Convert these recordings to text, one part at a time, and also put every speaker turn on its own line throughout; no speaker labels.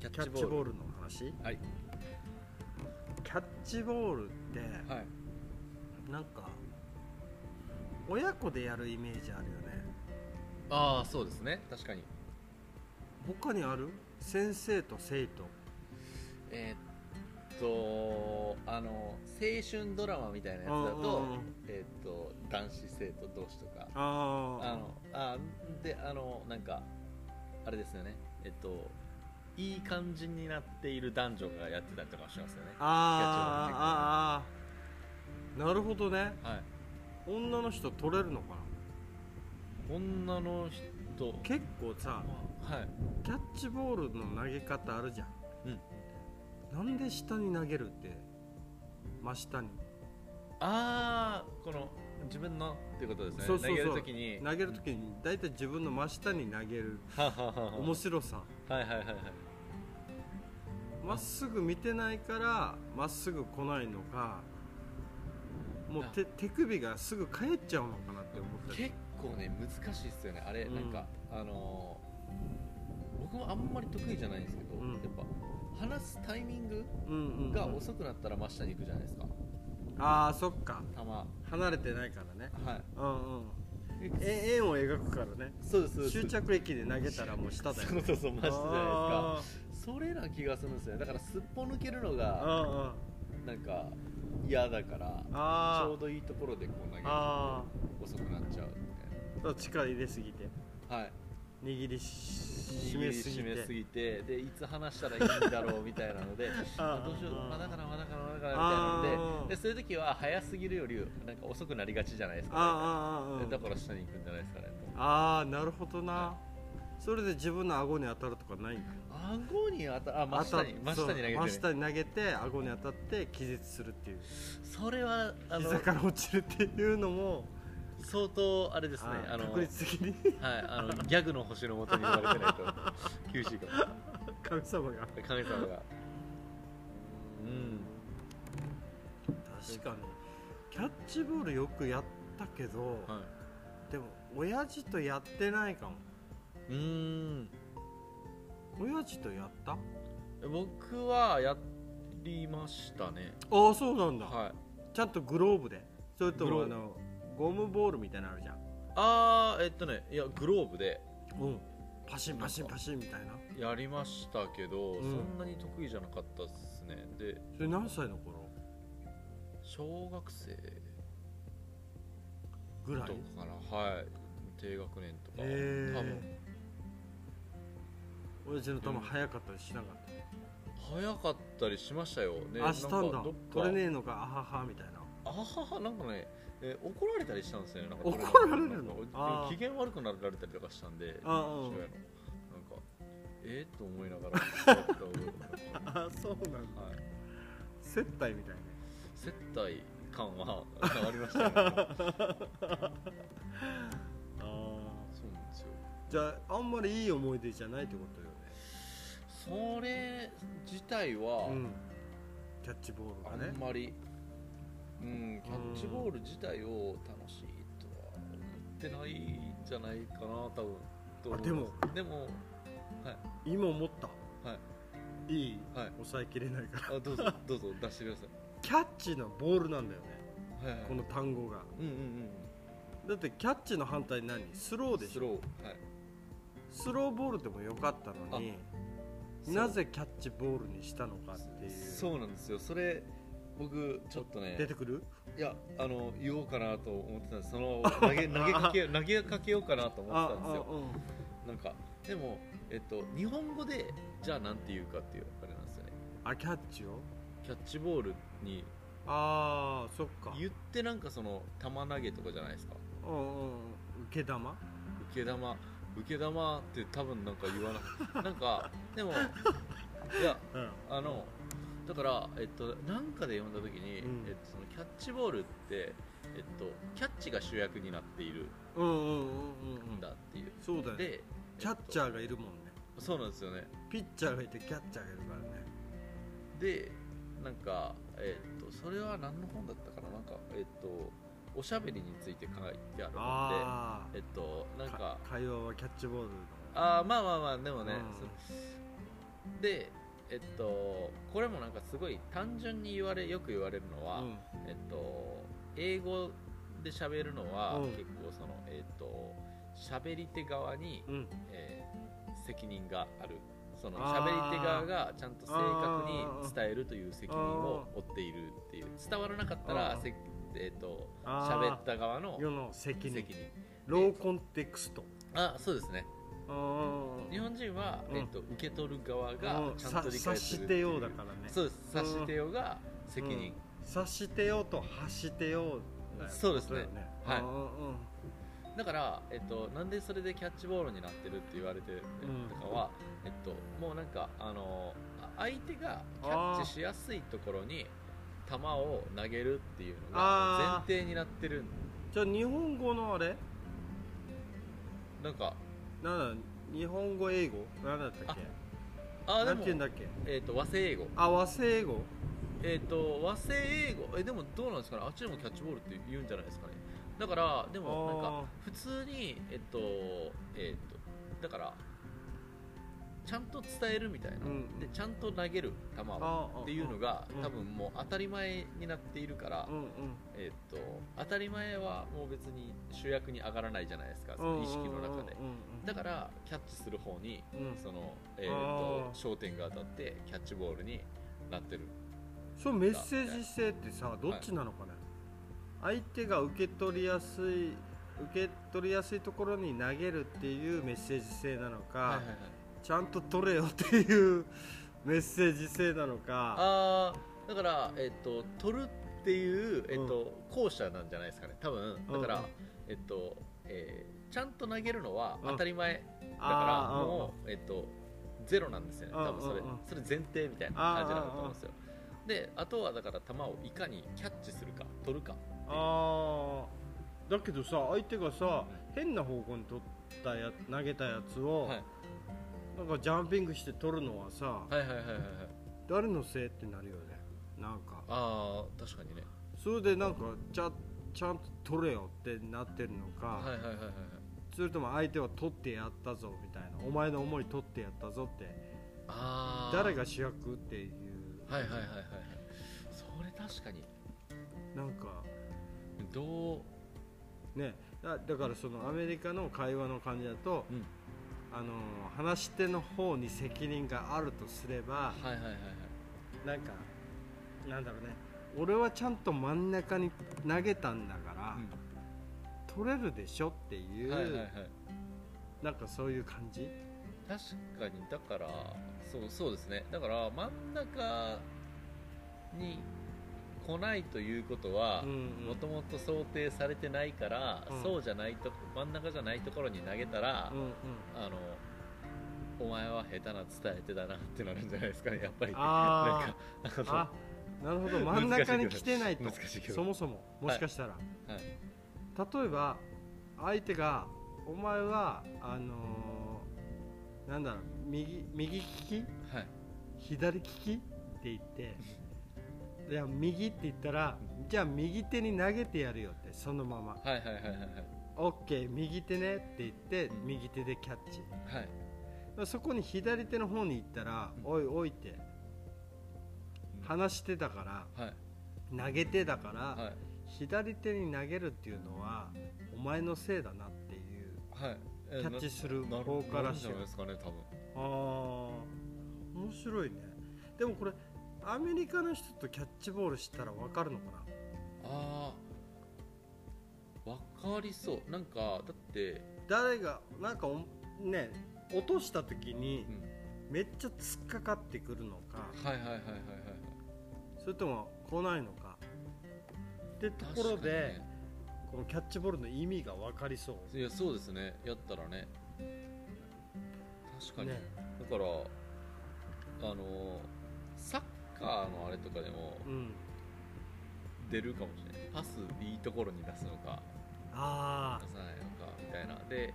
キャッチボールの話
はい
キャッチボールって
はい
なんか親子でやるイメージあるよね
ああそうですね確かに
他にある先生と生徒
えーっとあの青春ドラマみたいなやつだ
う
と
んうんうん
えーっと男子生徒同士とか
あ
あのあであのなんかあれですよねえっといい感じになっている男女がやってたりとかしますよね
ああーあーあーなるほどね
はい
女の人取れるのかな
女の人
結構さ
はい
キャッチボールの投げ方あるじゃん、
うん
なんで下に投げるって真下に
ああこの自分のっていうことですね
そうそうそ
投げ
う
るときに
投げる時に大体自分の真下に投げる
はははは
面白さ
はいはいはいはい
まっすぐ見てないからまっすぐ来ないのかもう手手首がすぐ返っちゃうのかなって思ったり
結構ね難しいっすよねあれ、
うん
なんかあのー僕もあんまり得意じゃないんですけど、
うん
やっぱ話すタイミング
うんうんうん
が遅くなったら真下に行くじゃないですか
ああそっか
球は
離れてないからね
い
うんうんえ円を描くからね
そうですそうです
終着駅で投げたらもう下だよ
そうそうそう真下じゃない
あ
ですかそれな気がするんですよねだからすっぽ抜けるの
ー
が
うんうん
なんか嫌だから
あ
ち
ー
ょうどいいところでこう投げる
あ
遅くなっちゃうみ
あ力入れすぎて
たいなはい
握りし締
締
め
め
すぎ
す
て
めすぎてでいつ話したらいいんだろうみたいなので
あ
あ
あ
どうしよう
ああ
まだかなまだかなまだかなみたいな
あ
の
あ
ででそういう時は早すぎるよりなんか遅くなりがちじゃないですか、
あーあーあー
で
うん
だから下に行くんじゃないですかね
あーなるほどなそれで自分の顎に当たるとかないんだ
顎に当たあ真下に
当
真
た
下に投げてる
そう真下に投げて顎に当たって気絶するっていう
それはあの
膝から落ちるっていうのも
相当あれですね
あー
あの
確率 的に
はい、あのギャグの星のもとに言われてないと厳しいかも
神様が
神様がうん
確かにキャッチボールよくやったけど、
は
でも親父とやってないかも
いうーん
親父とやったあ
僕はやりましたね
あそうなんだ、
はい
ちゃんとグローブでそれともあ
グロ
のゴムボールみたいなのあるじゃん
あーえっとねいやグローブで
うんパシンパシンパシンみたいな
やりましたけど、そ
ん
んなに得意じゃなかったっすねで
それ何歳の頃
小学生
ぐ
と
ら
か
い
かなはい低学年とか、
え
多分
え親父の球速かったりしなかった、
早かったりしましたよね
あしたん
な
だ
かどっか
取れねえのかあははみたいな
あははなんかね、えー怒られたりしたんですよねなんか
怒られるの
なんか
あー
機嫌悪くなられたりとかしたんで
あ
父親
ーうん
のなんかえー、と思いなが らやった覚えがある
あそうなん
はい
接待みたいな
接待感は変わりましたよ、ね、そうなん
あ
ですよ
じゃああんまりいい思い出じゃないってことよね
それ自体は、
うんキャッチボールが
あん
ね
まり、うん、キャッチボール自体を楽しいとは思ってないんじゃないかな多分と思いますでも
今思った
はい
いい
はい
抑えきれないから
あ どうぞどうぞ出してください
キャッチのボールなんだよね
はいはい
この単語が
うんうんうん
だってキャッチの反対何スローでし
ス
ょ
ローはい
スローボールでもよかったのになぜキャッチボールにしたのかっていう
そうなんですよそれ僕ちょっとね
出てくる
いやあの言おうかなと思ってたんですその投げ投げか け投げかけようかなと思ってたんですよなんかでもえっと日本語でじゃあなんて言うかっていうあれなんですよね
あキャッチを
キャッチボールに
あーそっか
言ってなんかその球投げとかじゃないですか
うんうんうん受け玉
受け玉受け玉って多分なんか言わななんかで もいや
うん
あのだから、えっと、なんかで読んだ時に、
うん
えっと、そのキャッチボールって、えっと、キャッチが主役になっている
うんうんうんうんうん
んだっていう、
そうだよね
で
キャッチャ
ー、
ーがいるもんね
えっとそうなんですよね
ピッチャーがいてキャッチャーがいるからね
でなんか、えっと、それは何の本だったかななんか、えっと、おしゃべりについて書いてある本
あ
で、えっと、
あ
なんか
会話はキャッチボールの
あーまあまあまあでもね、
うん
そのでえっとこれもなんかすごい単純に言われよく言われるのは、えっと英語で喋るのは、
うん
結構そのえっと喋り手側に、
うんうん
えー責任があるその
あー
喋り手側がちゃんと正確に伝えるという責任を負っているっていう伝わらなかった
あ
ら
ー
せえっと
あー
喋った側の
世の責
責
任
任
ローコンテクスト
あそうですね
あ
日本人は、
うん
えっと、受け取る側が
うん
ちゃんと理解
察
する
し
って
て
いう
ようだからね
そうです察してようが責任、
察してようと発してようだよ
そうですね
ことだよ
はい
うんうんうん
だから、えっと、なんでそれでキャッチボールになってるって言われてるとかは、えっと、もうなんかあのあ相手がキャッチしやすいところに球を投げるっていうのが
あー
前提になってる
じゃあ日本語のあれ
なんか
なんだ日本語英語なんだったっけ
あで
なんて
も
言うんだっけ
えっと、和製英語、
あ和製英語
えっと、和製英語えでもどうなんですかねあっちでもキャッチボールって言うんじゃないですかねだからでもなんか普通にえっとえっとだからちゃんと伝えるみたいな、
うん
でちゃんと投げる球を
ああ
っていうのが
うん
多分もう当たり前になっているから、
うんうん
えっと当たり前はもう別に主役に上がらないじゃないですかその意識の中で
うんうん
だからキャッチする方に
うんうん
その、えっ
あー
と焦点が当たってキャッチボールになってる
そのメッセージ性ってさどっちなのかね、相手が受け取りやすい受け取りやすいところに投げるっていうメッセージ性なのか、
はいはいはい
ちゃんと取れよっていうメッセージ性なのか
あーだから、えっと取るっていう、えっと後者なんじゃないですかね多分だから、
うん
えっとえーちゃんと投げるのは
うん
当たり前だから
あー
もう、えっと、ゼロなんですよね
うん
多分それ
うんうん
それ前提みたいな感じなんだと思うんですよであとはだから球をいかにキャッチするか取るか
あーだけどさ相手がさ変な方向に取ったや投げたやつを、
はい
なんかジャンピングして取るのはさ、
はいはいはいはいはい
誰のせいってなるよねなんか
ああ確かにね
それでなんかちゃちゃんと取れよってなってるのか、
はいはいはいはいはい
それとも相手は取ってやったぞみたいなお前の思い取ってやったぞって
あー
誰が主役っていう
はいはいはいはいはいそれ確かに
なんか
どう
ねだだからそのアメリカの会話の感じだと、
うん
あの話し手の方に責任があるとすれば
はいはいはいはい
なんかなんだろうね俺はちゃんと真ん中に投げたんだから、取れるでしょっていう、
はいはいはい
なんかそういう感じ
確かにだからそうそうですねだから真ん中に来ないということは、
うんうん
もともと想定されてないから、
うん
そうじゃないとこ真ん中じゃないところに投げたら、
うんうん
あのお前は下手な伝え手だなってなるんじゃないですかねやっぱり
あ
なん
ー
か
あなるほど真ん中に来てないと
難しいけど
そもそももしかしたら、
あのはい
例えば相手が「お前はあのーなんだろう右右利き
はい
左利き?」って言って「いや右」って言ったら「じゃあ右手に投げてやるよ」ってそのまま
はいはいはいはいはい
「OK 右手ね」って言って
うん
右手でキャッチ
はい
そこに左手の方に行ったら
う
「
ん
おいおい」って話してたか
はい
ら投げてだから、
はい
左手に投げるっていうのはお前のせいだなっていう
はいえ
キャッチする
なな
方から
なるん
し
じゃ
て
ない
は
ですかね多分
あー面白いねでもこれアメリカの人とキャッチボールしたら分かるのか
ああわかりそうなんかだって
な誰がなんかおね落とした時に
うん
めっちゃ突っかかってくるのか
はいはいはいはいはいはい
それとも来ないのかってところ
確かに
で、
ね
このキャッチボールの意味が分かりそう
いやそうですねやったらね確かに、
ね
だからあのサッカーのあれとかでも
うん
出るかもしれないパスいいところに出すのか
あ
出さないのかみたいなで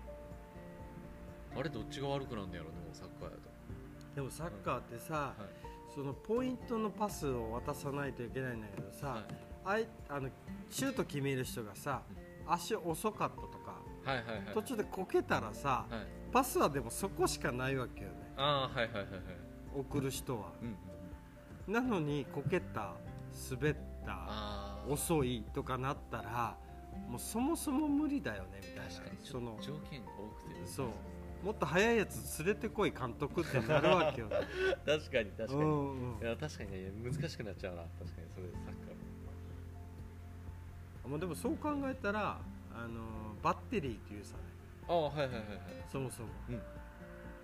あれどっちが悪くなんねやろでもサッカーや
あでもサッカーってさ、
とはい
そのポイントのパスを渡さないといけないんだけどさ、
はい
あいあのシュート決める人がさ足遅かったとか
はいはいはい
途中でこけたらさ
はい
パスはでもそこしかないわけよね
ああはいはいはいはい
送る人は
うんうんうん
なのにこけた滑った
あー
遅いとかなったらもうそもそも無理だよねみたいな
確かにちょ
その
条件が多くて
そうもっと早いやつ連れてこい監督ってなるわけよ、ね、
確かに 確かに、
うんうん
いや確かにね難しくなっちゃうな確かにそれサッカー
まあ、でもそう考えたら、あのーバッテリーっていうさ、
ああはいはいはいはい
そもそも、
うん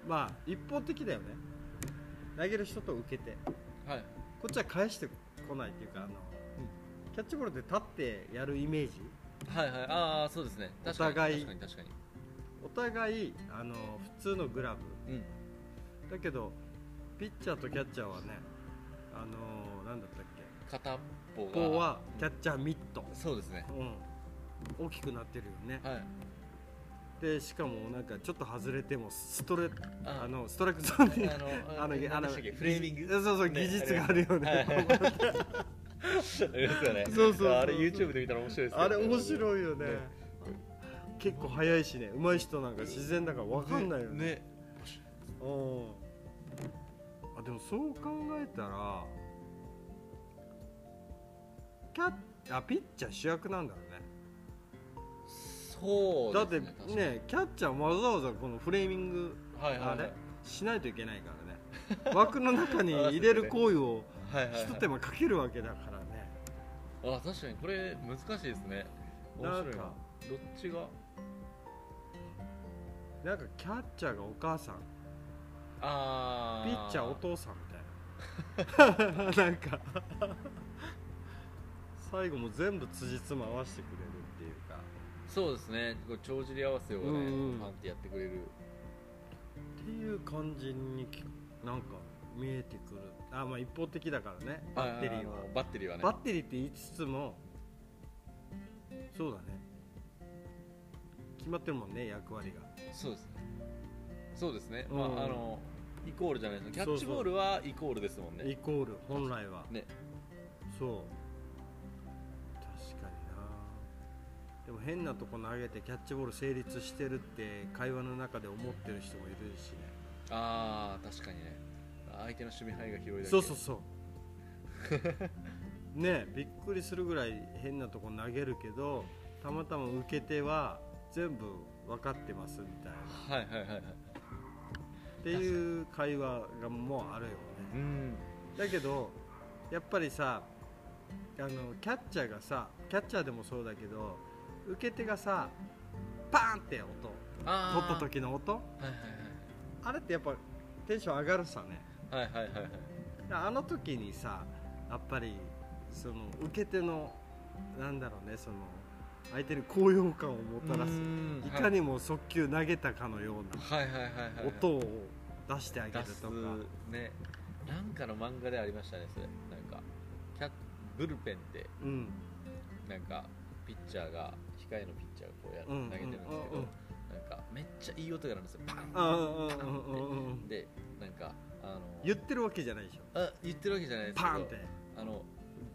まあ一方的だよね投げる人と受けてこ
はい
っちは返してこないっていうかあの、キャッチボールで立ってやるイメージ
はいはいああそうですね確かに
お互い
確かに確かに
お互い、あのー普通のグラブ
うん
だけどピッチャーとキャッチャーはね、あのー、なんだったっけ
片方が
ここはキャッ
う
チャーミット、
んそうですね
うん、大きくなってるよね、
はい
でしかもなんかちょっと外れてもストレ
あ
あのストライクゾーンに
あの
あの
何でしたっけフレーミング
そうそう
ね
技術があるよ
はい
ね
ありますよね
そうそうそう
あれ YouTube で見たら面白いですよ
あれ面白いよね
ね
結構速いしね上手い人なんか自然だから分かんないよね
ね
うんあでもそう考えたらキャッあピッチャー主役なんだろうね
そう
だっ
で
て
す確かに
ねキャッチャーわざわざこのフレーミング
はいはい
あ
はい
れしないといけな いからね枠の中に入れる行為を
はいはい
ひと手間かけるわけだからね
はいあ確かにこれ難しいですね面
な
白
ん
いな
か
どっちが
なんかキャッチャーがお母さん
あ
ピッチャーお
音
父さんみたいななんか最後も全部辻褄合わせてくれるっていうか
そうですねこう帳尻合わせをね
うんうん
パンってやってくれる
っていう感じにきなんか見えてくるあまあ一方的だからねバッテリーは
あのバッテリーはね
バッテリーって言いつつもそうだね決まってるもんね役割が
そうですねそうですね、
うん
まああのイコールじゃないですキャッチボールはイコールですもんね
イコール本来は
ね
そう確かになでも変なとこ投げてキャッチボール成立してるって会話の中で思ってる人もいるしね
ああ確かにね相手の守備範囲が広いだけ
そうそうそ うねえびっくりするぐらい変なとこ投げるけどたまたま受け手は全部分かってますみたいなっ
はいはいはいはい
ていう会話がもうあるよね
うん
だけどやっぱりさあのキャッチャーがさキャッチャーでもそうだけど受け手がさパーンって音
あ
取った
ー
時の音あれってやっぱテンション上がるさね
はいはいはいはいはいはいはい
あの時にさやっぱりその受け手のなんだろうねその相手に高揚感をもたらす
うーん
いかにも速球投げたかのよう
はいはいはいはいはい
な音を出してあげ
出
る
す
とか
ねなんかの漫画でありましたねそれなんかキャブルペンって
うん
なんかピッチャーが控えのピッチャーがこうやる、
うん
投げてるんですけど、
うんうん
なんかめっちゃいい音が鳴るんですよパン
あーうん
パンって
うんうんうん
でなんかあの
言ってるわけじゃないでしょ
あ言ってるわけじゃないですけど
パーンって
あの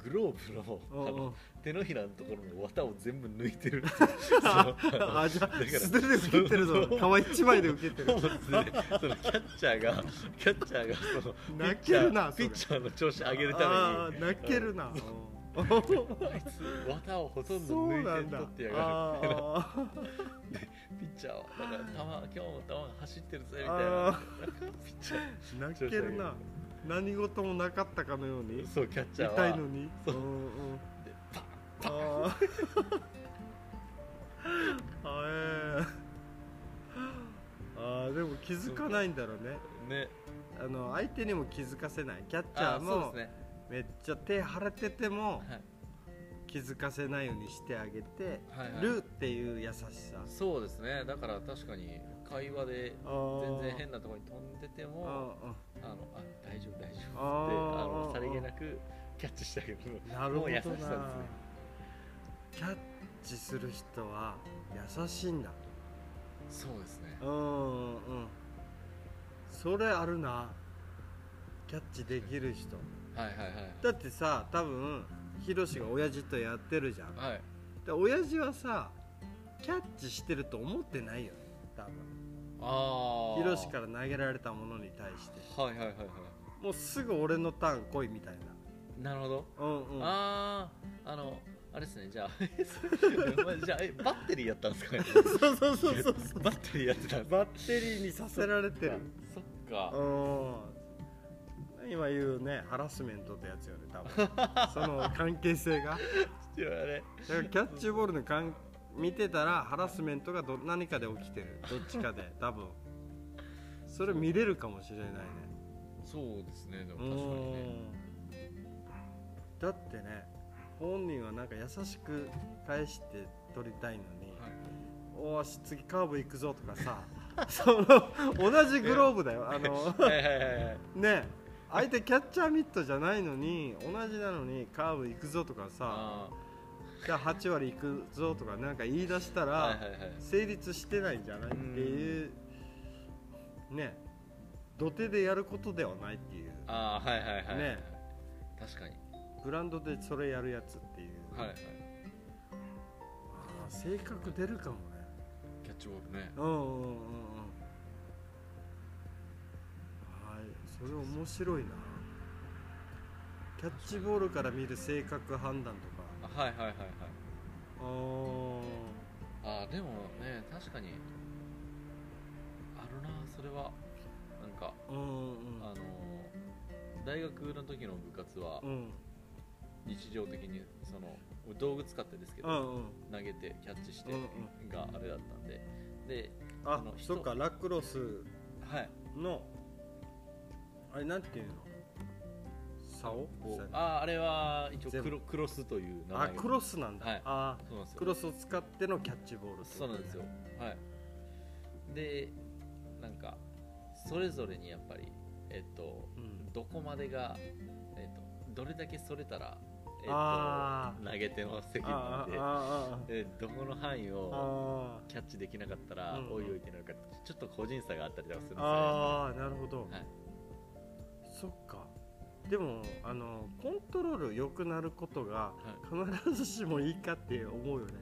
グローブの
うん
あ
う
の
ん
手のひらのところの綿を全部抜いてる
あじゃ
だから
あ素手で受けてるぞ
そう
皮一枚で受けて
そ
る
うですねそのキャッチャーがキャッチャーがその
泣けるな
ピッチャーピッチャーの調子上げるた
あ
め
ー
に
泣けるな
うんあいつ綿をほとんど
そうな
抜い
ん
て
だ
取ってやがる
あー
みたいなピッチャーはだから球今日も球が走ってるぜみたいな
あ
ピッチャー
ー泣けるな何事もなかったかのように
そうキャッチャーは
痛いのに
そう
うんうん
でパン
あー あえーあーでも気づかないんだろうね
ね
あの相手にも気づかせないキャッチャ
あ
ー
そうで
も
すね
めっちゃ手腫れてて
は
も
い
気づかせないようにしてあげて
はいはい
るっていう優しさ
そうですねだから確かに会話で全然変なところに飛んでて
あ
も
ー
あのあ大丈夫大丈夫っつってあ
あー
のさりげなくキャッチしてあげる
あーなるほど
もう優
な
しさですね
キャッチする人は優しいんだ
そうですね
うんうんうんそれあるなキャッチできる人
はいはい
だってさ多分ヒロシが親父とやってるじゃん
はいはい
で親父はさキャッチしてると思ってないよね多分
ああ
ヒロシから投げられたものに対して
はいはいはいはい
もうすぐ俺のターン来いみたい
なるほど、
なうんうん
あああのあれですねじ ゃあえそれじゃあえバッテリーやったんですかね
そうそう そうそう
バッテリーやってたんですか
バッテリーにさせられてる
そっか
うん今言うねハラスメントってやつよね多分 その関係性が
いやあれ
だからキャッチボールの関見てたらハラスメントがど何かで起きてるどっちかで多分それ見れるかもしれないね
そうですねで
う
も確かにね
んだってね本人はなんか優しく返して取りたいのに、
はい
おーし次カーブ行くぞとか さその同じグローブだよあの
はいはいはいはい
ね相手キャッチャーミットじゃないのに同じなのにカーブ行くぞとかさ
あ
じゃあ8割行くぞとかなんか言い出した
あはい
ら
はいはい
成立してないんじゃないっていうね土手でやることではないっていう
ああはいはいはい
ね
確かに
グラウンドでそれやるやつっていう、
はいはい
あー性格出るかもね
キャッチボールね
うんうんうんうんはいそれ面白いなキャッチボールから見る性格判断とか
あはいはいはいはい
あー
あーでもね確かにあるなそれはなんか
うんうん
あのー大学の時の部活は
うん
日常的にその道具使ってですけ
うんう
ど
ん
投げてキャッチして
うん
があれだったんでであ
あ
の人
そっかラクロス
はい
のあれなんていうの竿
こうあーあれは一応
全部
クロクロスという名
あ
前
クロスなんだ、
はい
あ
そうなんですよ
ークロスを使ってのキャッチボールって
そ
こ
う
と
な
ね
んですよはいでなんかそれぞれにやっぱりえっと
うん
どこまでがえっとどれだけそれたら
あ
えっと投げ手の責任
あー
で
あー
えどこの範囲
あー
を
あ
キャッチできなかったら
うん
おいおいってなるからちょっと個人差があったりとかするんです
ー
よ
あーなるほど、
はい
そっかでもあのコントロール良くなることが
ね
必ずしもいいかって思うよね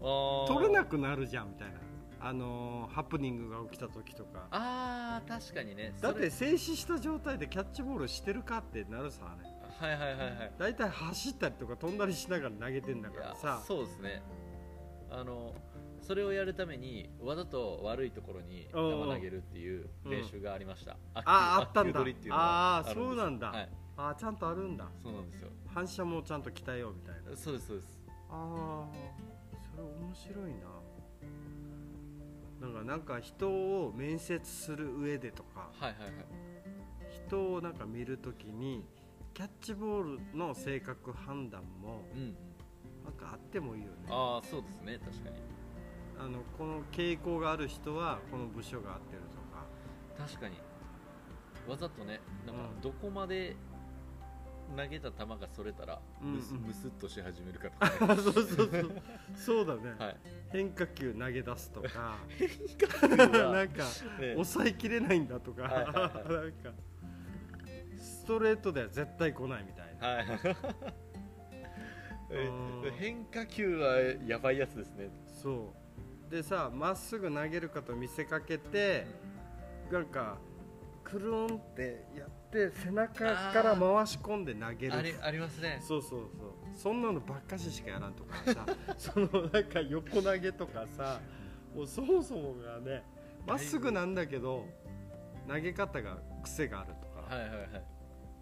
はい
取れな
く
くなるじゃんみたいなあのーハプニングが起きた時とか
あー確かにね
だっ
それ
て静止した状態でキャッチボールしてるかってなるさね
はいはいはいはい
大体走ったりとか飛んだりしながら投げてんだ
い
から
や
さ
そうですねあのそれをやるためにわざと悪いところに球
うんうん
投げるっていう練習がありました、あ
ああったんだ
取りっていうのが
あー
るです
そうなんだ
はい、
あーちゃんとあるんだ
そうなんですよ
反射もちゃんと鍛えようみたいな
そうですそうです
あーそれ面白いななんかなんか人を面接する上でとか
はいはいはい
人をなんか見るときにキャッチボールの性格判断も
うん
なんかあってもいいよね
ああそうですね確かに
あのこの傾向がある人はこの部署が合ってるとか
確かにわざとねなんか
うん
どこまで投げた球がそれたら
うんうん
むす,、むすっとし始めるかとか、
そうそうそうそうだね、
はい
変化球投げ出すとか な
が
んか
ね
抑えきれないんだとか、
はいはいはい
なんかストレートでは絶対来ないみたいな、
はいえ
うん
変化球はやばいやつですね
そうでさまっすぐ投げるかと見せかけて、なんかくるんってやって背中から回し込んで投げる
ありありますね
そうそうそうそんなのばっかししかやらんとか さそのなんか横投げとかさもうそもそもがねまっすぐなんだけど投げ方が癖があるとか、
はいはいはい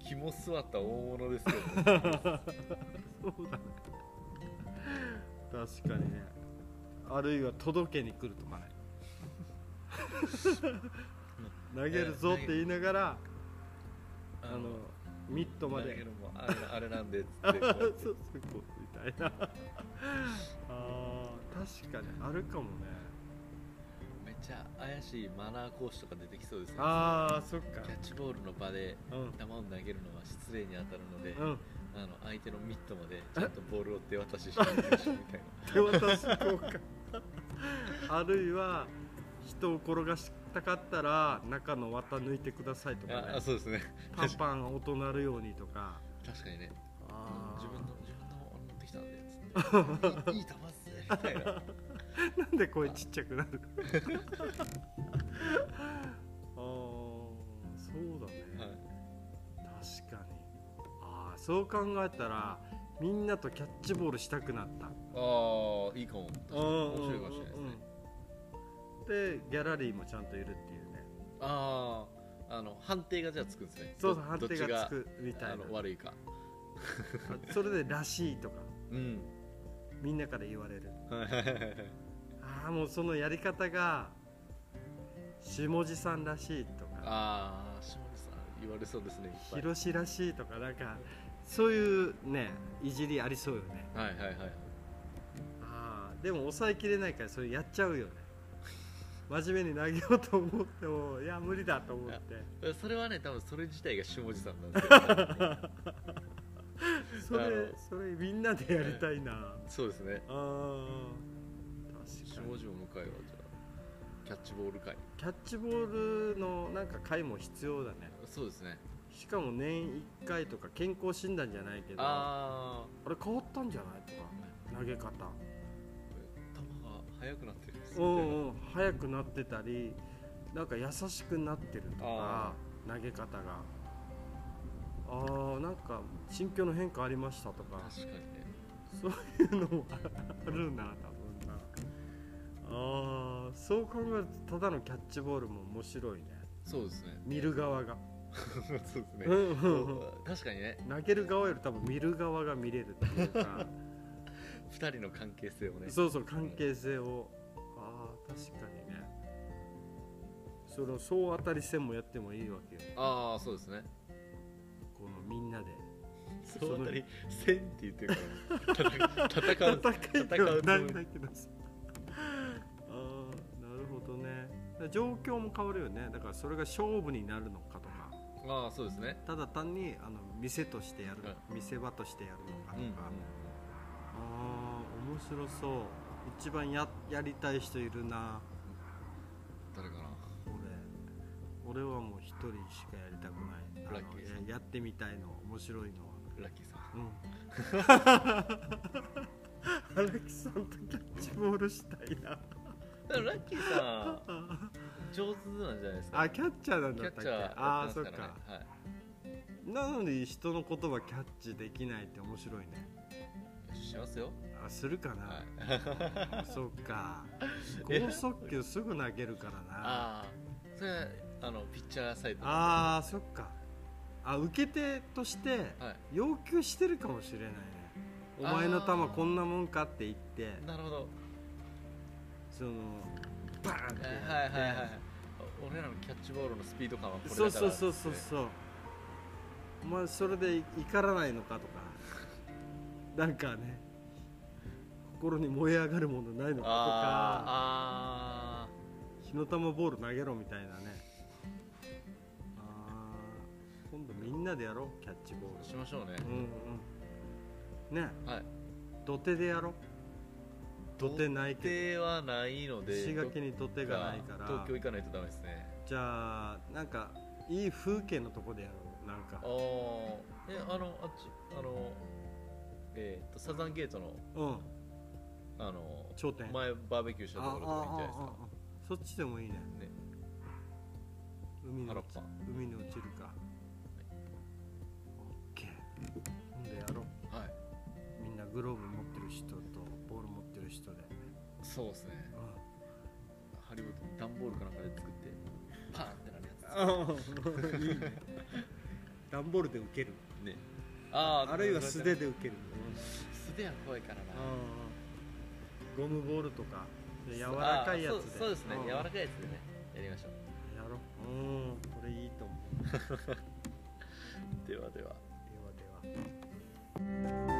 肝座った大物ですけど
そうだね確かにねあるいは届けに来るとかね 投げるぞって言いながら、
あ
あのミットま
投げ
で
るもあれあれなんでっつ
あ
っ
そ
てこう
う
やっ
そうこうみたい なあー確かにあるかも
て
ね
めっちゃ怪しいマナー講師とか出てきそうですね
あーそっか
キャッチボールの場で
う
球を投げるのは失礼に当たるので、
んうん
あの相手のミットまでちゃんとボールを手渡ししてあげましょうみたい
手渡し効果 あるいは人を転がしたかったら中の綿抜いてください とか
なああ
ね
そうですね
パンパン音鳴るようにとか
確かにね
あ
自分の
ー
自分の持ってきたんでっつ っていいいい球っすねみたいな
なんで声ちっちゃく なるあーそうだね、
はい
そう考えたらみんなとキャッチボールしたくなった
ああいいかも確かに面白いかもしれないですね、
うんうんでギャラリーもちゃんといるっていうね
あああの判定がじゃあつくんですね
そうそ
ど
う判定がつ
どっ
くみ
ち
た
が
い
あ
な
の悪いか
あ それで「らしい」とか
うん
みんなから言われる
はいはいはいはい
ああもうそのやり方が下地さんらしいとか
ああ下地さん言われそうですねいっぱい
広しらしいとかなんかそういうねいじりありそうよね
はいはいはい
ああでも抑えきれないからそれやっちゃうよね真面目に投げようと思ってもいや無理だと思って
それはね多分それ自体が下地さんなんです よ多分ね
それ
あの
それみんなでやりたいな、あ
そうですね
あ確
下
かに
地を迎えはじゃあキャッチボール会
キャッチボールのなんか会も必要だね
そうですね
しかも年1回とか健康診断じゃないけどあ
ああ
れ変わったんじゃないとか投げ
球
方
が速くなってるんです
う
みたいなん
うん速くなってたりなんか優しくなってるとか
あ
投げ方があーなんか心境の変化ありましたとか
確かにね
そういうのもあるな多分なあーそう考えるとただのキャッチボールも面白いね
そうですね
見る側が、
そうですね
うんうんうん
確かにね
投げる側より多分見る側が見れるっていうか
2人の関係性をね
そうそう関係性をああ確かにねその総当たり戦もやってもいいわけよ
ああそうですね
このみんなで
そ
の
のあたり戦って言ってるから戦う戦うんです
戦いではないんだけどさあーなるほどねだから状況も変わるよねだからそれが勝負になるのかとか
ああそうですね
ただ単にあの店としてやるのか見せ場としてやるのかとか、
うん
あー面白そう一番ややりたい人いるな
誰かな
俺俺はもう一人しかやりたくないあの
ラッキーさん
ややってみたいの面白いのは
ラッキーさん
うん荒木さんとキャッチボールしたいな
だからラッキーさん上手なんじゃないですか
あキャッチャーなん
キ
だ
ャ
った
ッ
っけ
チャーやって
ああ
ま
そ
すか
っ
らね
か
はい
なのに人の言葉キャッチできないって面白いね
しますよ
あするかな、
はい
そっ か
え
剛速球すぐ投げるからな
ああそれはあのピッチャーサイドの
あーそっかあ受け手として
は
要求してるかもしれないねお前の球こんなもんかって言って
いなるほど
そのバーンって
はいはい
やって
はいはい俺らのキャッチボールのスピード感はこれだか
そ
ら
うそうそうそう
って
そうお前それで怒らないのかとかなんかね心に燃え上がるものないのかとか
あーあ
火の玉ボール投げろみたいなねあー今度みんなでやろうキャッチボ
ー
ー
しましょうね
ルうんうんね
はい
土手でやろう土手ない
土
け
手はないの
ど
で
石垣に土手
どっ
がないから
東京行かないとダメですね
じゃあなんかいい風景のとこでやろうなんか
ああえあのあっちあのえー、っとサザンゲートの
うん
あの
頂点
前バーベキューし
あ
た
あ
ところとかいいんじゃないで
ああそっちでもいいね
ね
海に
原っ
落ち
ぱ
海に落ちるかオッケーほんでやろう
すかはい
みんなグローブ持ってる人とボール持ってる人で、
そうですねハリウッドの段ボールかなんかで作ってパーンってなるや
ああい いね段ボールで受ける
つねあー
あるいは素手で受ける
素手は怖いからな
ああゴムボールとか柔らかいやつ
あーそ
で
うそうですね
ん
柔らかいやつでねやりましょう
やろううんこれいいと思う
ではでは
ではでは